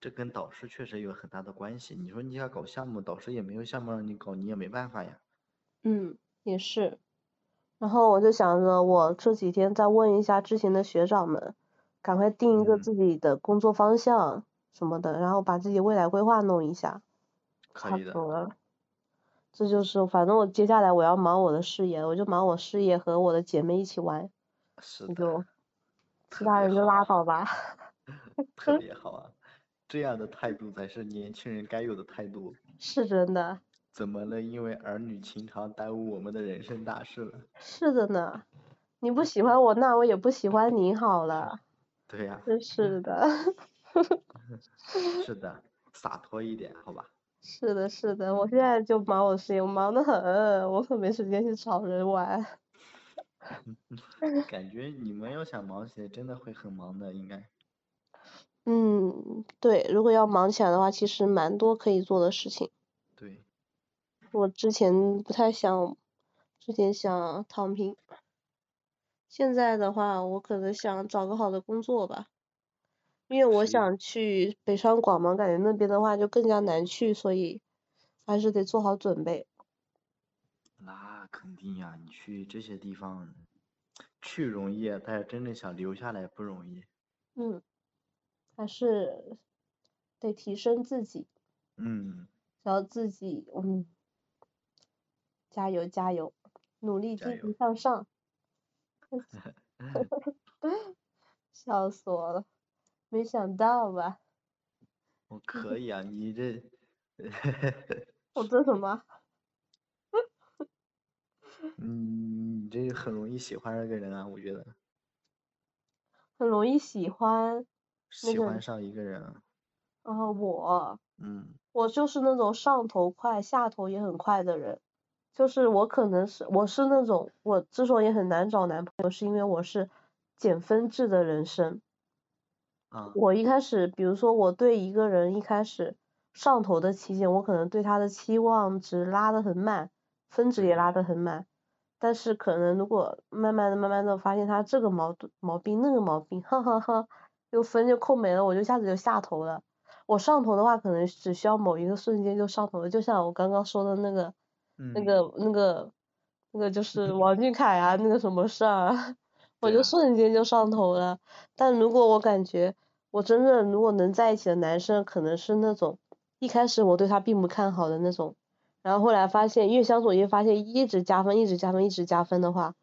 S2: 这跟导师确实有很大的关系。你说你要搞项目，导师也没有项目让你搞，你也没办法呀。
S1: 嗯，也是。然后我就想着，我这几天再问一下之前的学长们，赶快定一个
S2: 嗯，
S1: 自己的工作方向什么的，然后把自己未来规划弄一下，
S2: 可
S1: 差
S2: 以
S1: 不
S2: 的。
S1: 多了。这就是，反正我接下来我要忙我的事业，我就忙我事业和我的姐妹一起玩，
S2: 是
S1: 你
S2: 的，
S1: 就其
S2: 特
S1: 他
S2: 别
S1: 人就
S2: 好
S1: 拉
S2: 啊，
S1: 倒吧。
S2: 特别好啊，这样的态度才是年轻人该有的态度。
S1: 是真的，
S2: 怎么能因为儿女情长耽误我们的人生大事了？
S1: 是的呢。你不喜欢我，那我也不喜欢你好了。
S2: 对呀，
S1: 真是的，
S2: 是的，洒脱一点，好吧？
S1: 是的，是的，我
S2: 嗯，
S1: 现在就忙我的事业，我忙得很，我可没时间去找人玩。
S2: 感觉你们要想忙起来，真的会很忙的，应该。
S1: 嗯，对，如果要忙起来的话，其实蛮多可以做的事情。
S2: 对，
S1: 我之前不太想，之前想躺平，现在的话，我可能想找个好的工作吧，因为我
S2: 是一，
S1: 想去北上广嘛，感觉那边的话就更加难去，所以还是得做好准备。
S2: 那肯定呀，你去这些地方，啊去容易，但是真正想留下来不容易。
S1: 嗯，还是得提升自己，
S2: 嗯，
S1: 然后自己嗯，加油加油，努力
S2: 加
S1: 积极
S2: 油
S1: 向 上。笑死我了，没想到吧？
S2: 我可以啊，你这，
S1: 我这 什么？
S2: 嗯，你这很容易喜欢上一个人啊，我觉得
S1: 很容易喜欢，那
S2: 喜
S1: 个
S2: 欢上一个人啊，
S1: 然后我
S2: 嗯
S1: 我就是那种上头快下头也很快的人，就是我可能是我是那种我之所以很难找男朋友，是因为我是减分制的人生。
S2: 啊，
S1: 我一开始，比如说我对一个人一开始上头的期间，我可能对他的期望值拉得很满，分值也
S2: 嗯
S1: 拉得很满。但是可能如果慢慢的、慢慢的发现他这个毛盾毛病、那个毛病，哈哈哈，又分就扣没了，我就一下子就下头了。我上头的话，可能只需要某一个瞬间就上头了，就像我刚刚说的那个、那
S2: 嗯，
S1: 个、那个、那个，就是王俊凯啊，那个什么事儿啊， 我
S2: 对
S1: 就
S2: 啊，
S1: 瞬间就上头了。但如果我感觉我真正如果能在一起的男生，可能是那种一开始我对他并不看好的那种，然后后来发现越相处越发现一直加分，一直加分，一直加分的话，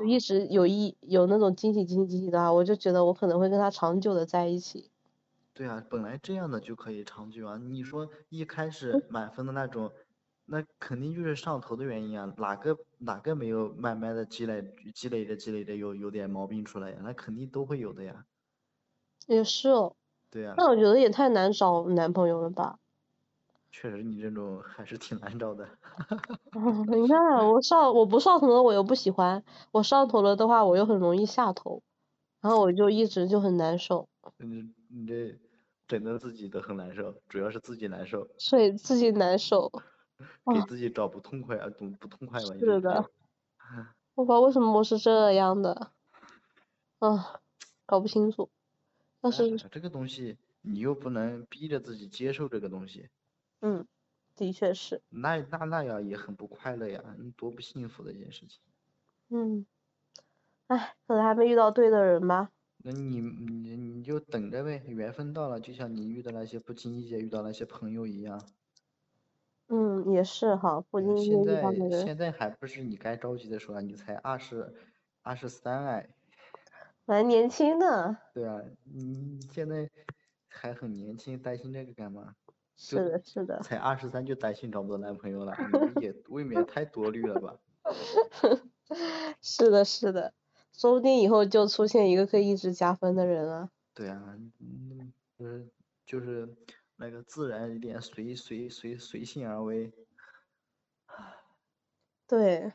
S1: 就一
S2: 啊，
S1: 直有一有那种惊喜惊喜惊喜的话，我就觉得我可能会跟他长久的在一起。
S2: 对啊，本来这样的就可以长久啊，你说一开
S1: 嗯
S2: 始满分的那种，那肯定就是上头的原因啊，哪个哪个没有慢慢的积累积累着积累着有有点毛病出来呀，那肯定都会有的呀，
S1: 也是哦，
S2: 对啊呀，
S1: 那我觉得也太难找男朋友了吧？
S2: 确实你这种还是挺难找的，
S1: 你看啊我上我不上头了，我又不喜欢；我上头了的话，我又很容易下头，然后我就一直就很难受。
S2: 你你这整的自己都很难受，主要是自己难受。
S1: 所以自己难受。
S2: 给
S1: 啊，
S2: 自己找不痛快啊，不不痛快吧，应该
S1: 是
S2: 是叫。
S1: 的，我不知道为什么我是这样的，啊，搞不清楚。但
S2: 哎
S1: 是，
S2: 呀，这个东西你又不能逼着自己接受这个东西，
S1: 嗯，的确是，
S2: 那那那样也很不快乐呀，你多不幸福的一件事情。
S1: 嗯，哎，可能还没遇到对的人吧。
S2: 那你你你就等着呗，缘分到了，就像你遇到那些不经意间遇到那些朋友一样。
S1: 嗯，也是哈，不
S2: 哎
S1: 经意
S2: 呀，现
S1: 间遇到的
S2: 在
S1: 人，
S2: 现在还不是你该着急的时候啊，你才二十二十三哎，
S1: 我还年轻呢。
S2: 对啊，你现在还很年轻，担心这个干嘛？就是
S1: 的，是的，
S2: 才二十三就担心找不到男朋友了，你这也未免太多虑了吧？
S1: 是的，是的，说不定以后就出现一个可以一直加分的人了。
S2: 对啊，嗯，就是就是那个自然一点，随随随随性而为。
S1: 对，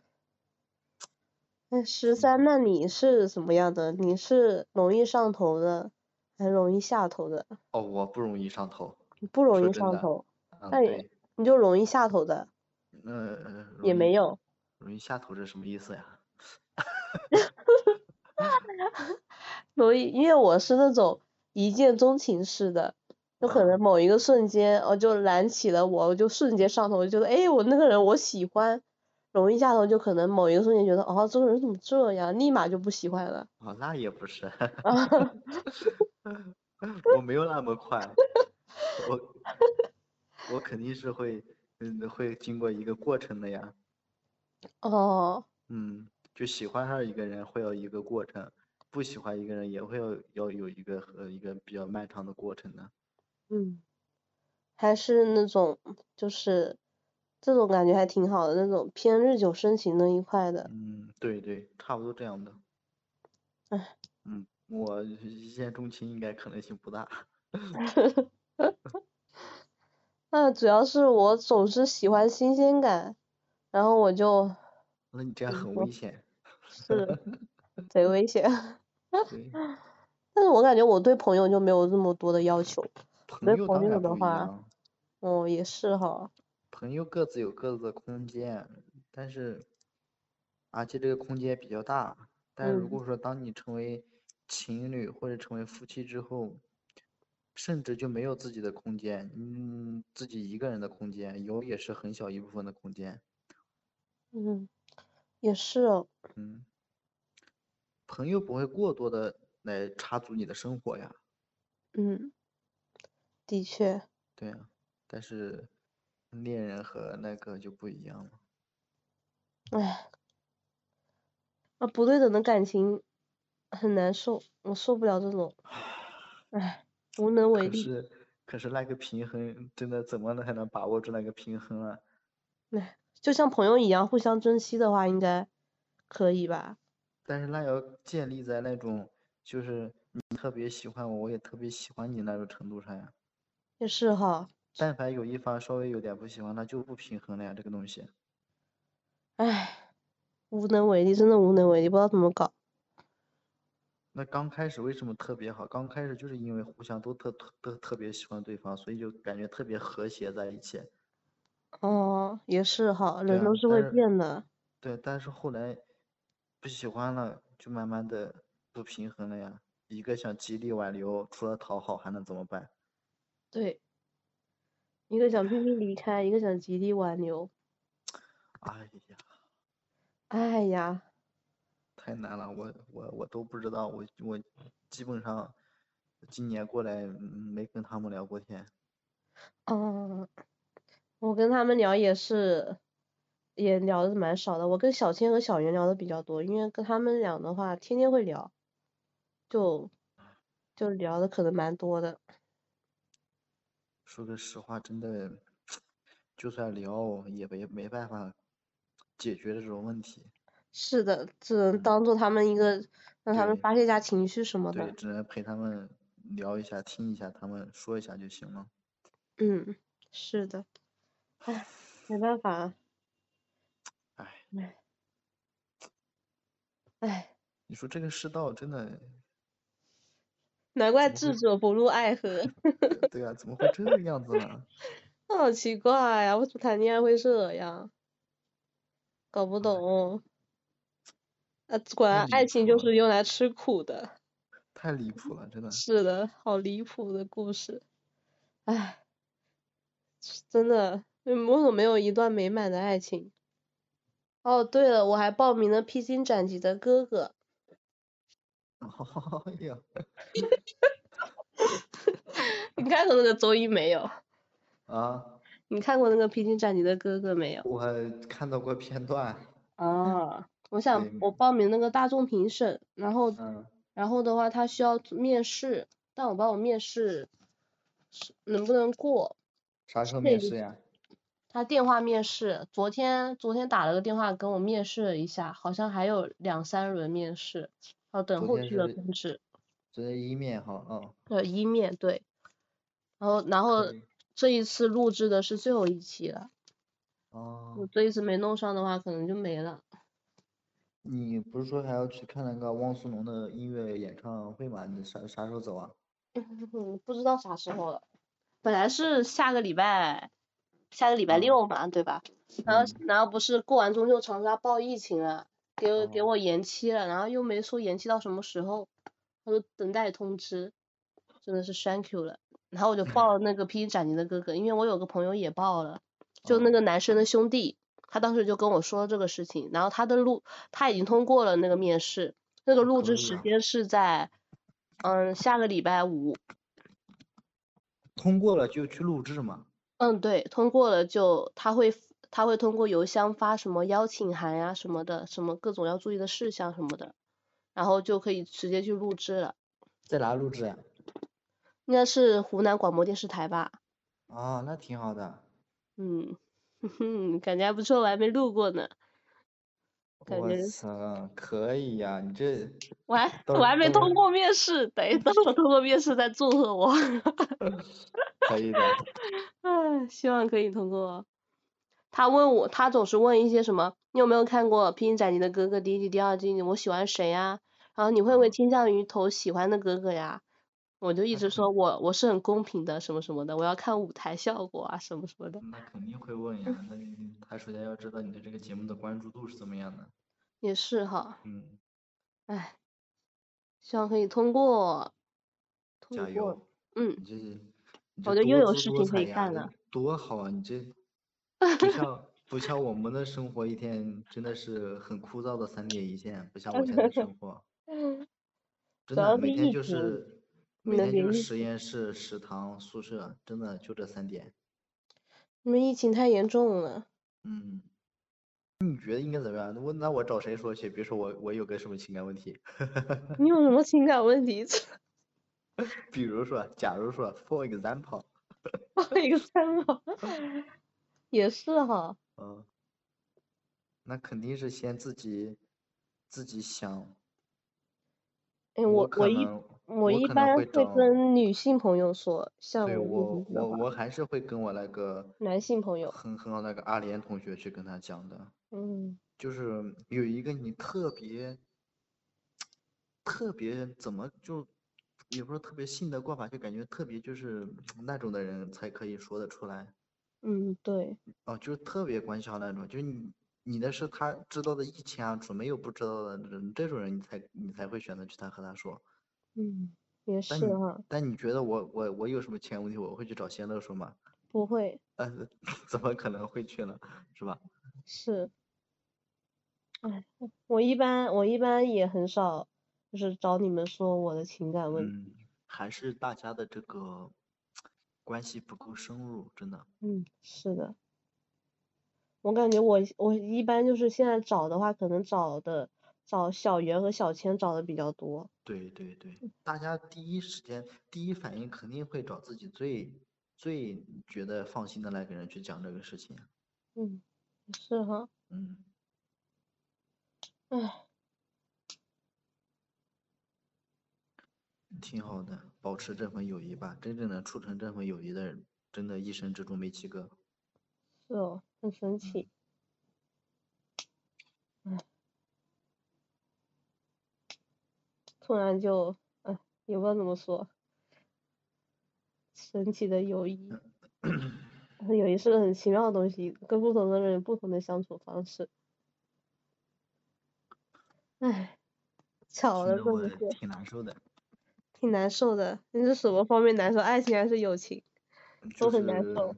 S1: 那十
S2: 嗯
S1: 三，那你是什么样的？你是容易上头的，还是容易下头的？
S2: 哦，我不容易上头，
S1: 你不容
S2: 说
S1: 易
S2: 真
S1: 上
S2: 的，
S1: 头，
S2: 嗯，
S1: 但也
S2: 对，
S1: 你就容易下头的，
S2: 嗯，
S1: 也
S2: 容
S1: 没
S2: 易
S1: 有。
S2: 容易下头是什么意思呀？
S1: 容易，因为我是那种一见钟情式的，就可能
S2: 啊，
S1: 某一个瞬间，哦，就燃起了我，我就瞬间上头，我就觉得，哎，我那个人我喜欢，容易下头，就可能某一个瞬间觉得，哦，这个人怎么这样，立马就不喜欢了。
S2: 哦，那也 不是，
S1: 啊，
S2: 我没有那么快，我我肯定是会，嗯，会经过一个过程的呀。
S1: 哦，
S2: 嗯，就喜欢上一个人会有一个过程，不喜欢一个人也会有要有一个呃一个比较漫长的过程的。
S1: 嗯，还是那种，就是这种感觉还挺好的，那种偏日久生情那一块的。
S2: 嗯，对对，差不多这样的。
S1: 唉
S2: 嗯，我一见钟情应该可能性不大。
S1: 那主要是我总是喜欢新鲜感，然后我就
S2: 那你这样
S1: 怎么
S2: 很
S1: 说
S2: 危险。
S1: 是贼危险。
S2: 对，
S1: 但是我感觉我对朋友就没有那么多的要求，我
S2: 朋
S1: 对
S2: 友
S1: 朋
S2: 当
S1: 友
S2: 然
S1: 的
S2: 不一
S1: 话，
S2: 样，
S1: 哦也是哈，
S2: 朋友各自有各自的空间，但是而且这个空间比较大。但如
S1: 嗯
S2: 果说当你成为情侣或者成为夫妻之后，甚至就没有自己的空间，嗯，自己一个人的空间，有也是很小一部分的空间，
S1: 嗯也是哦，
S2: 嗯，朋友不会过多的来插足你的生活呀，
S1: 嗯，的确，
S2: 对啊，但是恋人和那个就不一样了。
S1: 唉，啊，不对等的感情很难受，我受不了这种，唉，无能为
S2: 可
S1: 力。
S2: 是，可是那个平衡真的怎么能才能把握住那个平衡啊？
S1: 唉，就像朋友一样互相珍惜的话，应该可以吧？
S2: 但是那要建立在那种就是你特别喜欢我，我也特别喜欢你那种程度上呀。
S1: 也是哈，
S2: 但凡有一方稍微有点不喜欢，那就不平衡了呀，这个东西。
S1: 唉，无能为力，真的无能为力，不知道怎么搞。
S2: 那刚开始为什么特别好？刚开始就是因为互相都特特都特别喜欢对方，所以就感觉特别和谐在一起。
S1: 哦，也是哈，
S2: 对
S1: 人
S2: 啊
S1: 都，是
S2: 但
S1: 会
S2: 是
S1: 变的。
S2: 对，但是后来不喜欢了，就慢慢的不平衡了呀。一个想极力挽留，除了讨好还能怎么办？
S1: 对，一个想拼命离开，一个想极力挽留。
S2: 哎呀，
S1: 哎呀，
S2: 太难了，我我我都不知道，我我基本上今年过来嗯没跟他们聊过天。
S1: 嗯，我跟他们聊也是，也聊的蛮少的。我跟小千和小圆聊的比较多，因为跟他们俩的话，天天会聊，就就聊的可能蛮多的。
S2: 说个实话，真的，就算聊也没没办法解决这种问题。
S1: 是的，只能
S2: 嗯，
S1: 当做他们一个，让他们
S2: 对
S1: 发泄一下情绪什么
S2: 对，
S1: 的。
S2: 只能陪他们聊一下，听一下他们说一下就行了。
S1: 嗯，是的，唉，没办法啊，
S2: 哎，
S1: 唉，唉，
S2: 你说这个世道真的
S1: 难怪
S2: 怎么
S1: 智
S2: 会？
S1: 者不入爱河。
S2: 对对啊，怎么会这个样子呢？
S1: 好奇怪呀、为什么谈恋爱会这样？搞不
S2: 哎，
S1: 懂。啊，果
S2: 太
S1: 然
S2: 离
S1: 爱情
S2: 谱
S1: 就
S2: 了，
S1: 是用来吃苦的。
S2: 太离谱了，真的。
S1: 是的，好离谱的故事。唉，是真的，嗯为什么没有一段美满的爱情？哦，对了，我还报名了披荆斩棘的哥哥。
S2: 哎呀，
S1: 你看过那个综艺没有？
S2: 啊，
S1: 你看过那个披荆斩棘的哥哥没有？
S2: 我看到过片段，哦
S1: 啊，我想
S2: 对，
S1: 我报名那个大众评审，然后，
S2: 嗯，
S1: 然后的话他需要面试，但我不知道我面试是能不能过，
S2: 啥时候
S1: 这
S2: 面
S1: 个
S2: 试呀？
S1: 他电话面试，昨天昨天打了个电话跟我面试了一下，好像还有两三轮面试，要等
S2: 昨
S1: 后
S2: 天
S1: 续的
S2: 是
S1: 通知。
S2: 昨天一面哈，哦，
S1: 呃，一面对，然后然
S2: 可
S1: 后
S2: 以，
S1: 这一次录制的是最后一期了，我
S2: 哦，
S1: 这一次没弄上的话，可能就没了。
S2: 你不是说还要去看那个汪苏泷的音乐演唱会吗？你啥啥时候走啊？
S1: 嗯， 不知道啥时候了。本来是下个礼拜，下个礼拜
S2: 啊，
S1: 六嘛，对吧？然后
S2: 嗯，
S1: 然后不是过完中秋长假报疫情了，给我给
S2: 哦，
S1: 我延期了，然后又没说延期到什么时候，他说等待通知，真的是 thank you 了。然后我就报了那个披荆斩棘的哥哥，因为我有个朋友也报了，就那
S2: 哦，
S1: 个男生的兄弟，他当时就跟我说这个事情，然后他的录他已经通过了那个面试，那个录
S2: 可
S1: 制
S2: 以
S1: 时
S2: 啊，
S1: 间是在嗯下个礼拜五。
S2: 通过了就去录制嘛。
S1: 嗯，对，通过了就他会 f- 他会通过邮箱发什么邀请函呀、什么的，什么各种要注意的事项什么的，然后就可以直接去录制了。
S2: 在哪录制呀？啊
S1: 应该是湖南广播电视台吧？
S2: 啊，那挺好的。
S1: 嗯，哼哼，感觉还不错，我还没录过呢，感
S2: 我
S1: 觉
S2: 操，可以呀！你这
S1: 我还
S2: 到
S1: 我还没
S2: 到时
S1: 通
S2: 候
S1: 过面试，等一等我通过面试再祝贺我。
S2: 可以的。
S1: 唉，希望可以通过。他问我，他总是问一些什么，你有没有看过《披荆斩棘的哥哥》第一季、第二季？我喜欢谁呀？然后你会不会
S2: 嗯，
S1: 倾向于投喜欢的哥哥呀？我就一
S2: 那
S1: 直
S2: 肯
S1: 说我我是很公平的，什么什么的，我要看舞台效果啊，什么什么的，
S2: 那肯定会问呀。那你他首先要知道你对这个节目的关注度是怎么样的。
S1: 也是哈，
S2: 嗯，
S1: 唉，希望可以通过，通
S2: 加
S1: 过，
S2: 油！
S1: 嗯，
S2: 你这你这
S1: 我就又
S2: 多
S1: 有
S2: 姿
S1: 事
S2: 多
S1: 情可
S2: 彩
S1: 以
S2: 呀，
S1: 干
S2: 这
S1: 了，
S2: 多好啊！你这不像不像我们的生活，一天真的是很枯燥的三点一线，不像我现在生活，真
S1: 主
S2: 的
S1: 要是
S2: 每天
S1: 疫
S2: 就
S1: 情，
S2: 是
S1: 你
S2: 每
S1: 能别
S2: 天就是
S1: 疫
S2: 实验室、食堂、宿舍，真的就这三点。
S1: 你们疫情太严重 了。
S2: 嗯，你觉得应该怎么样？我那我找谁说去？别说我我有个什么情感问题，
S1: 你有什么情感问题？
S2: 比如说，假如说，for example，
S1: 报一个三毛， 也是哈。
S2: 嗯，那肯定是先自己自己想，
S1: 哎，
S2: 我
S1: 我
S2: 可
S1: 我一
S2: 能
S1: 我一
S2: 可能
S1: 般
S2: 会
S1: 会
S2: 找，
S1: 跟女性朋友说，像
S2: 对
S1: 我自
S2: 我
S1: 己的
S2: 我
S1: 话，
S2: 我还是会跟我那个
S1: 男性朋友，
S2: 很很好那个阿莲同学去跟他讲的，
S1: 嗯，
S2: 就是有一个你特别特别怎么就也不是特别信的挂法，就感觉特别就是那种的人才可以说得出来。
S1: 嗯，对，
S2: 哦，就是特别关窍那种，就是你你的事他知道的一清二楚，没有不知道的人，这种人你才你才会选择去他和他说。
S1: 嗯，也
S2: 但
S1: 是
S2: 你
S1: 哈，
S2: 但你觉得我我我有什么钱问题，我会去找仙乐说吗？
S1: 不会
S2: 呃， 怎么可能会去呢？是吧？
S1: 是，哎，我一般我一般也很少，就是找你们说我的情感问题，
S2: 嗯，还是大家的这个关系不够深入，真的。
S1: 嗯，是的，我感觉我我一般就是现在找的话，可能找的找小圆和小千找的比较多，
S2: 对对对，大家第一时间第一反应肯定会找自己最最觉得放心的那个人去讲这个事情。
S1: 嗯，是哈，
S2: 嗯。
S1: 哎，
S2: 挺好的，保持这份友谊吧。真正能促成这份友谊的人，真的一生之中没几个。
S1: 是哦，很神奇，
S2: 嗯，
S1: 哎，突然就，哎，也不知道怎么说，神奇的友谊。
S2: 嗯
S1: 友谊是个很奇妙的东西，跟不同的人有不同的相处方式。唉，巧
S2: 听
S1: 了
S2: 得
S1: 这
S2: 我
S1: 么说，
S2: 挺难受的，
S1: 挺难受的。你是什么方面难受？爱情还是友情？
S2: 就
S1: 都很难
S2: 是
S1: 受。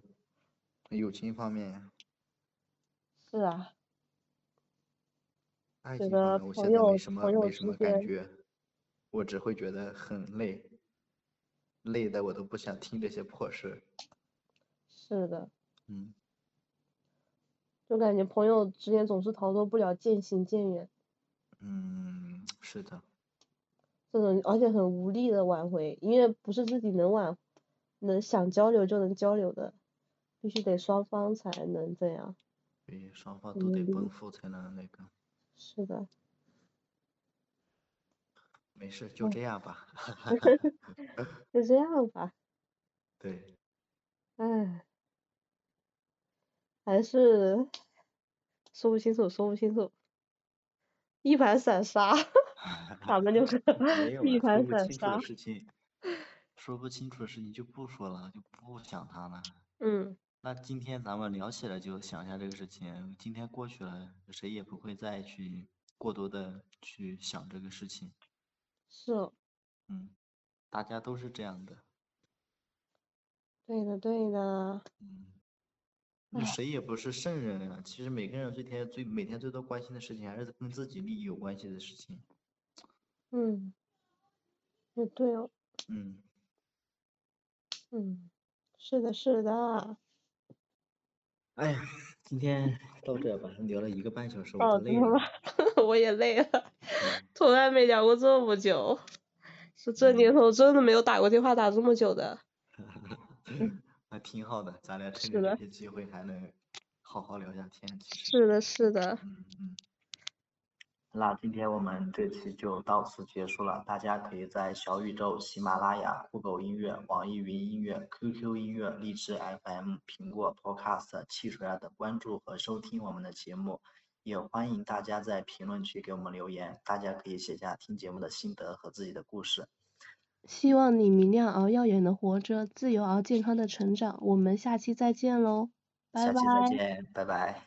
S2: 友情方面、
S1: 是啊，
S2: 爱
S1: 觉
S2: 情方
S1: 得
S2: 面，我
S1: 朋
S2: 现在没
S1: 友
S2: 什么
S1: 朋友
S2: 没什
S1: 之
S2: 么感
S1: 间，
S2: 觉，我只会觉得很累，累的我都不想听这些破事。
S1: 是的，
S2: 嗯，
S1: 就感觉朋友之间总是逃脱不了渐行渐远
S2: 嗯，是的，
S1: 这种，而且很无力的挽回，因为不是自己能挽，能想交流就能交流的，必须得双方才能这样，
S2: 所以双方
S1: 很
S2: 都
S1: 无
S2: 得
S1: 力。
S2: 奔赴才能那个。
S1: 是的，
S2: 没事，就
S1: 唉，
S2: 这样吧。
S1: 就这样吧，
S2: 对，
S1: 唉。还是说不清楚，说不清楚，一盘散沙， 咱们就是
S2: 没有
S1: 一
S2: 了，
S1: 盘
S2: 说不
S1: 散
S2: 清楚的
S1: 沙。
S2: 事情， 说不清楚的事情就不说了，就不想他了。
S1: 嗯，
S2: 那今天咱们聊起来就想一下这个事情，今天过去了，谁也不会再去过多的去想这个事情。
S1: 是哦，
S2: 嗯，大家都是这样的。
S1: 对的，对的。
S2: 嗯，你
S1: 唉，
S2: 谁也不是圣人啊。其实每个人最天最每天最多关心的事情，还是跟自己利益有关系的事情。
S1: 嗯，也对哦，
S2: 嗯，
S1: 嗯，是的，是的。
S2: 哎呀，今天到这吧，聊了一个半小时，我都
S1: 哦，真
S2: 累
S1: 的
S2: 了。
S1: 吗？ 我也累了，
S2: 嗯
S1: 从来没聊过这么久。是这年
S2: 嗯，
S1: 头真的没有打过电话打这么久的。嗯，
S2: 那挺好的，咱俩趁
S1: 是
S2: 着这
S1: 的，
S2: 些机会还能好好聊下天，其实。
S1: 是的，是的。
S2: 嗯嗯。那今天我们这期就到此结束了，大家可以在小宇宙、喜马拉雅、酷狗音乐、网易云音乐、QQ 音乐、荔枝 FM、苹果 Podcast、汽水啊等关注和收听我们的节目，也欢迎大家在评论区给我们留言，大家可以写下听节目的心得和自己的故事。
S3: 希望你明亮而耀眼的活着，自由而健康的成长。我们下期再见喽，拜
S2: 下
S3: 拜。
S2: 期再见，拜拜。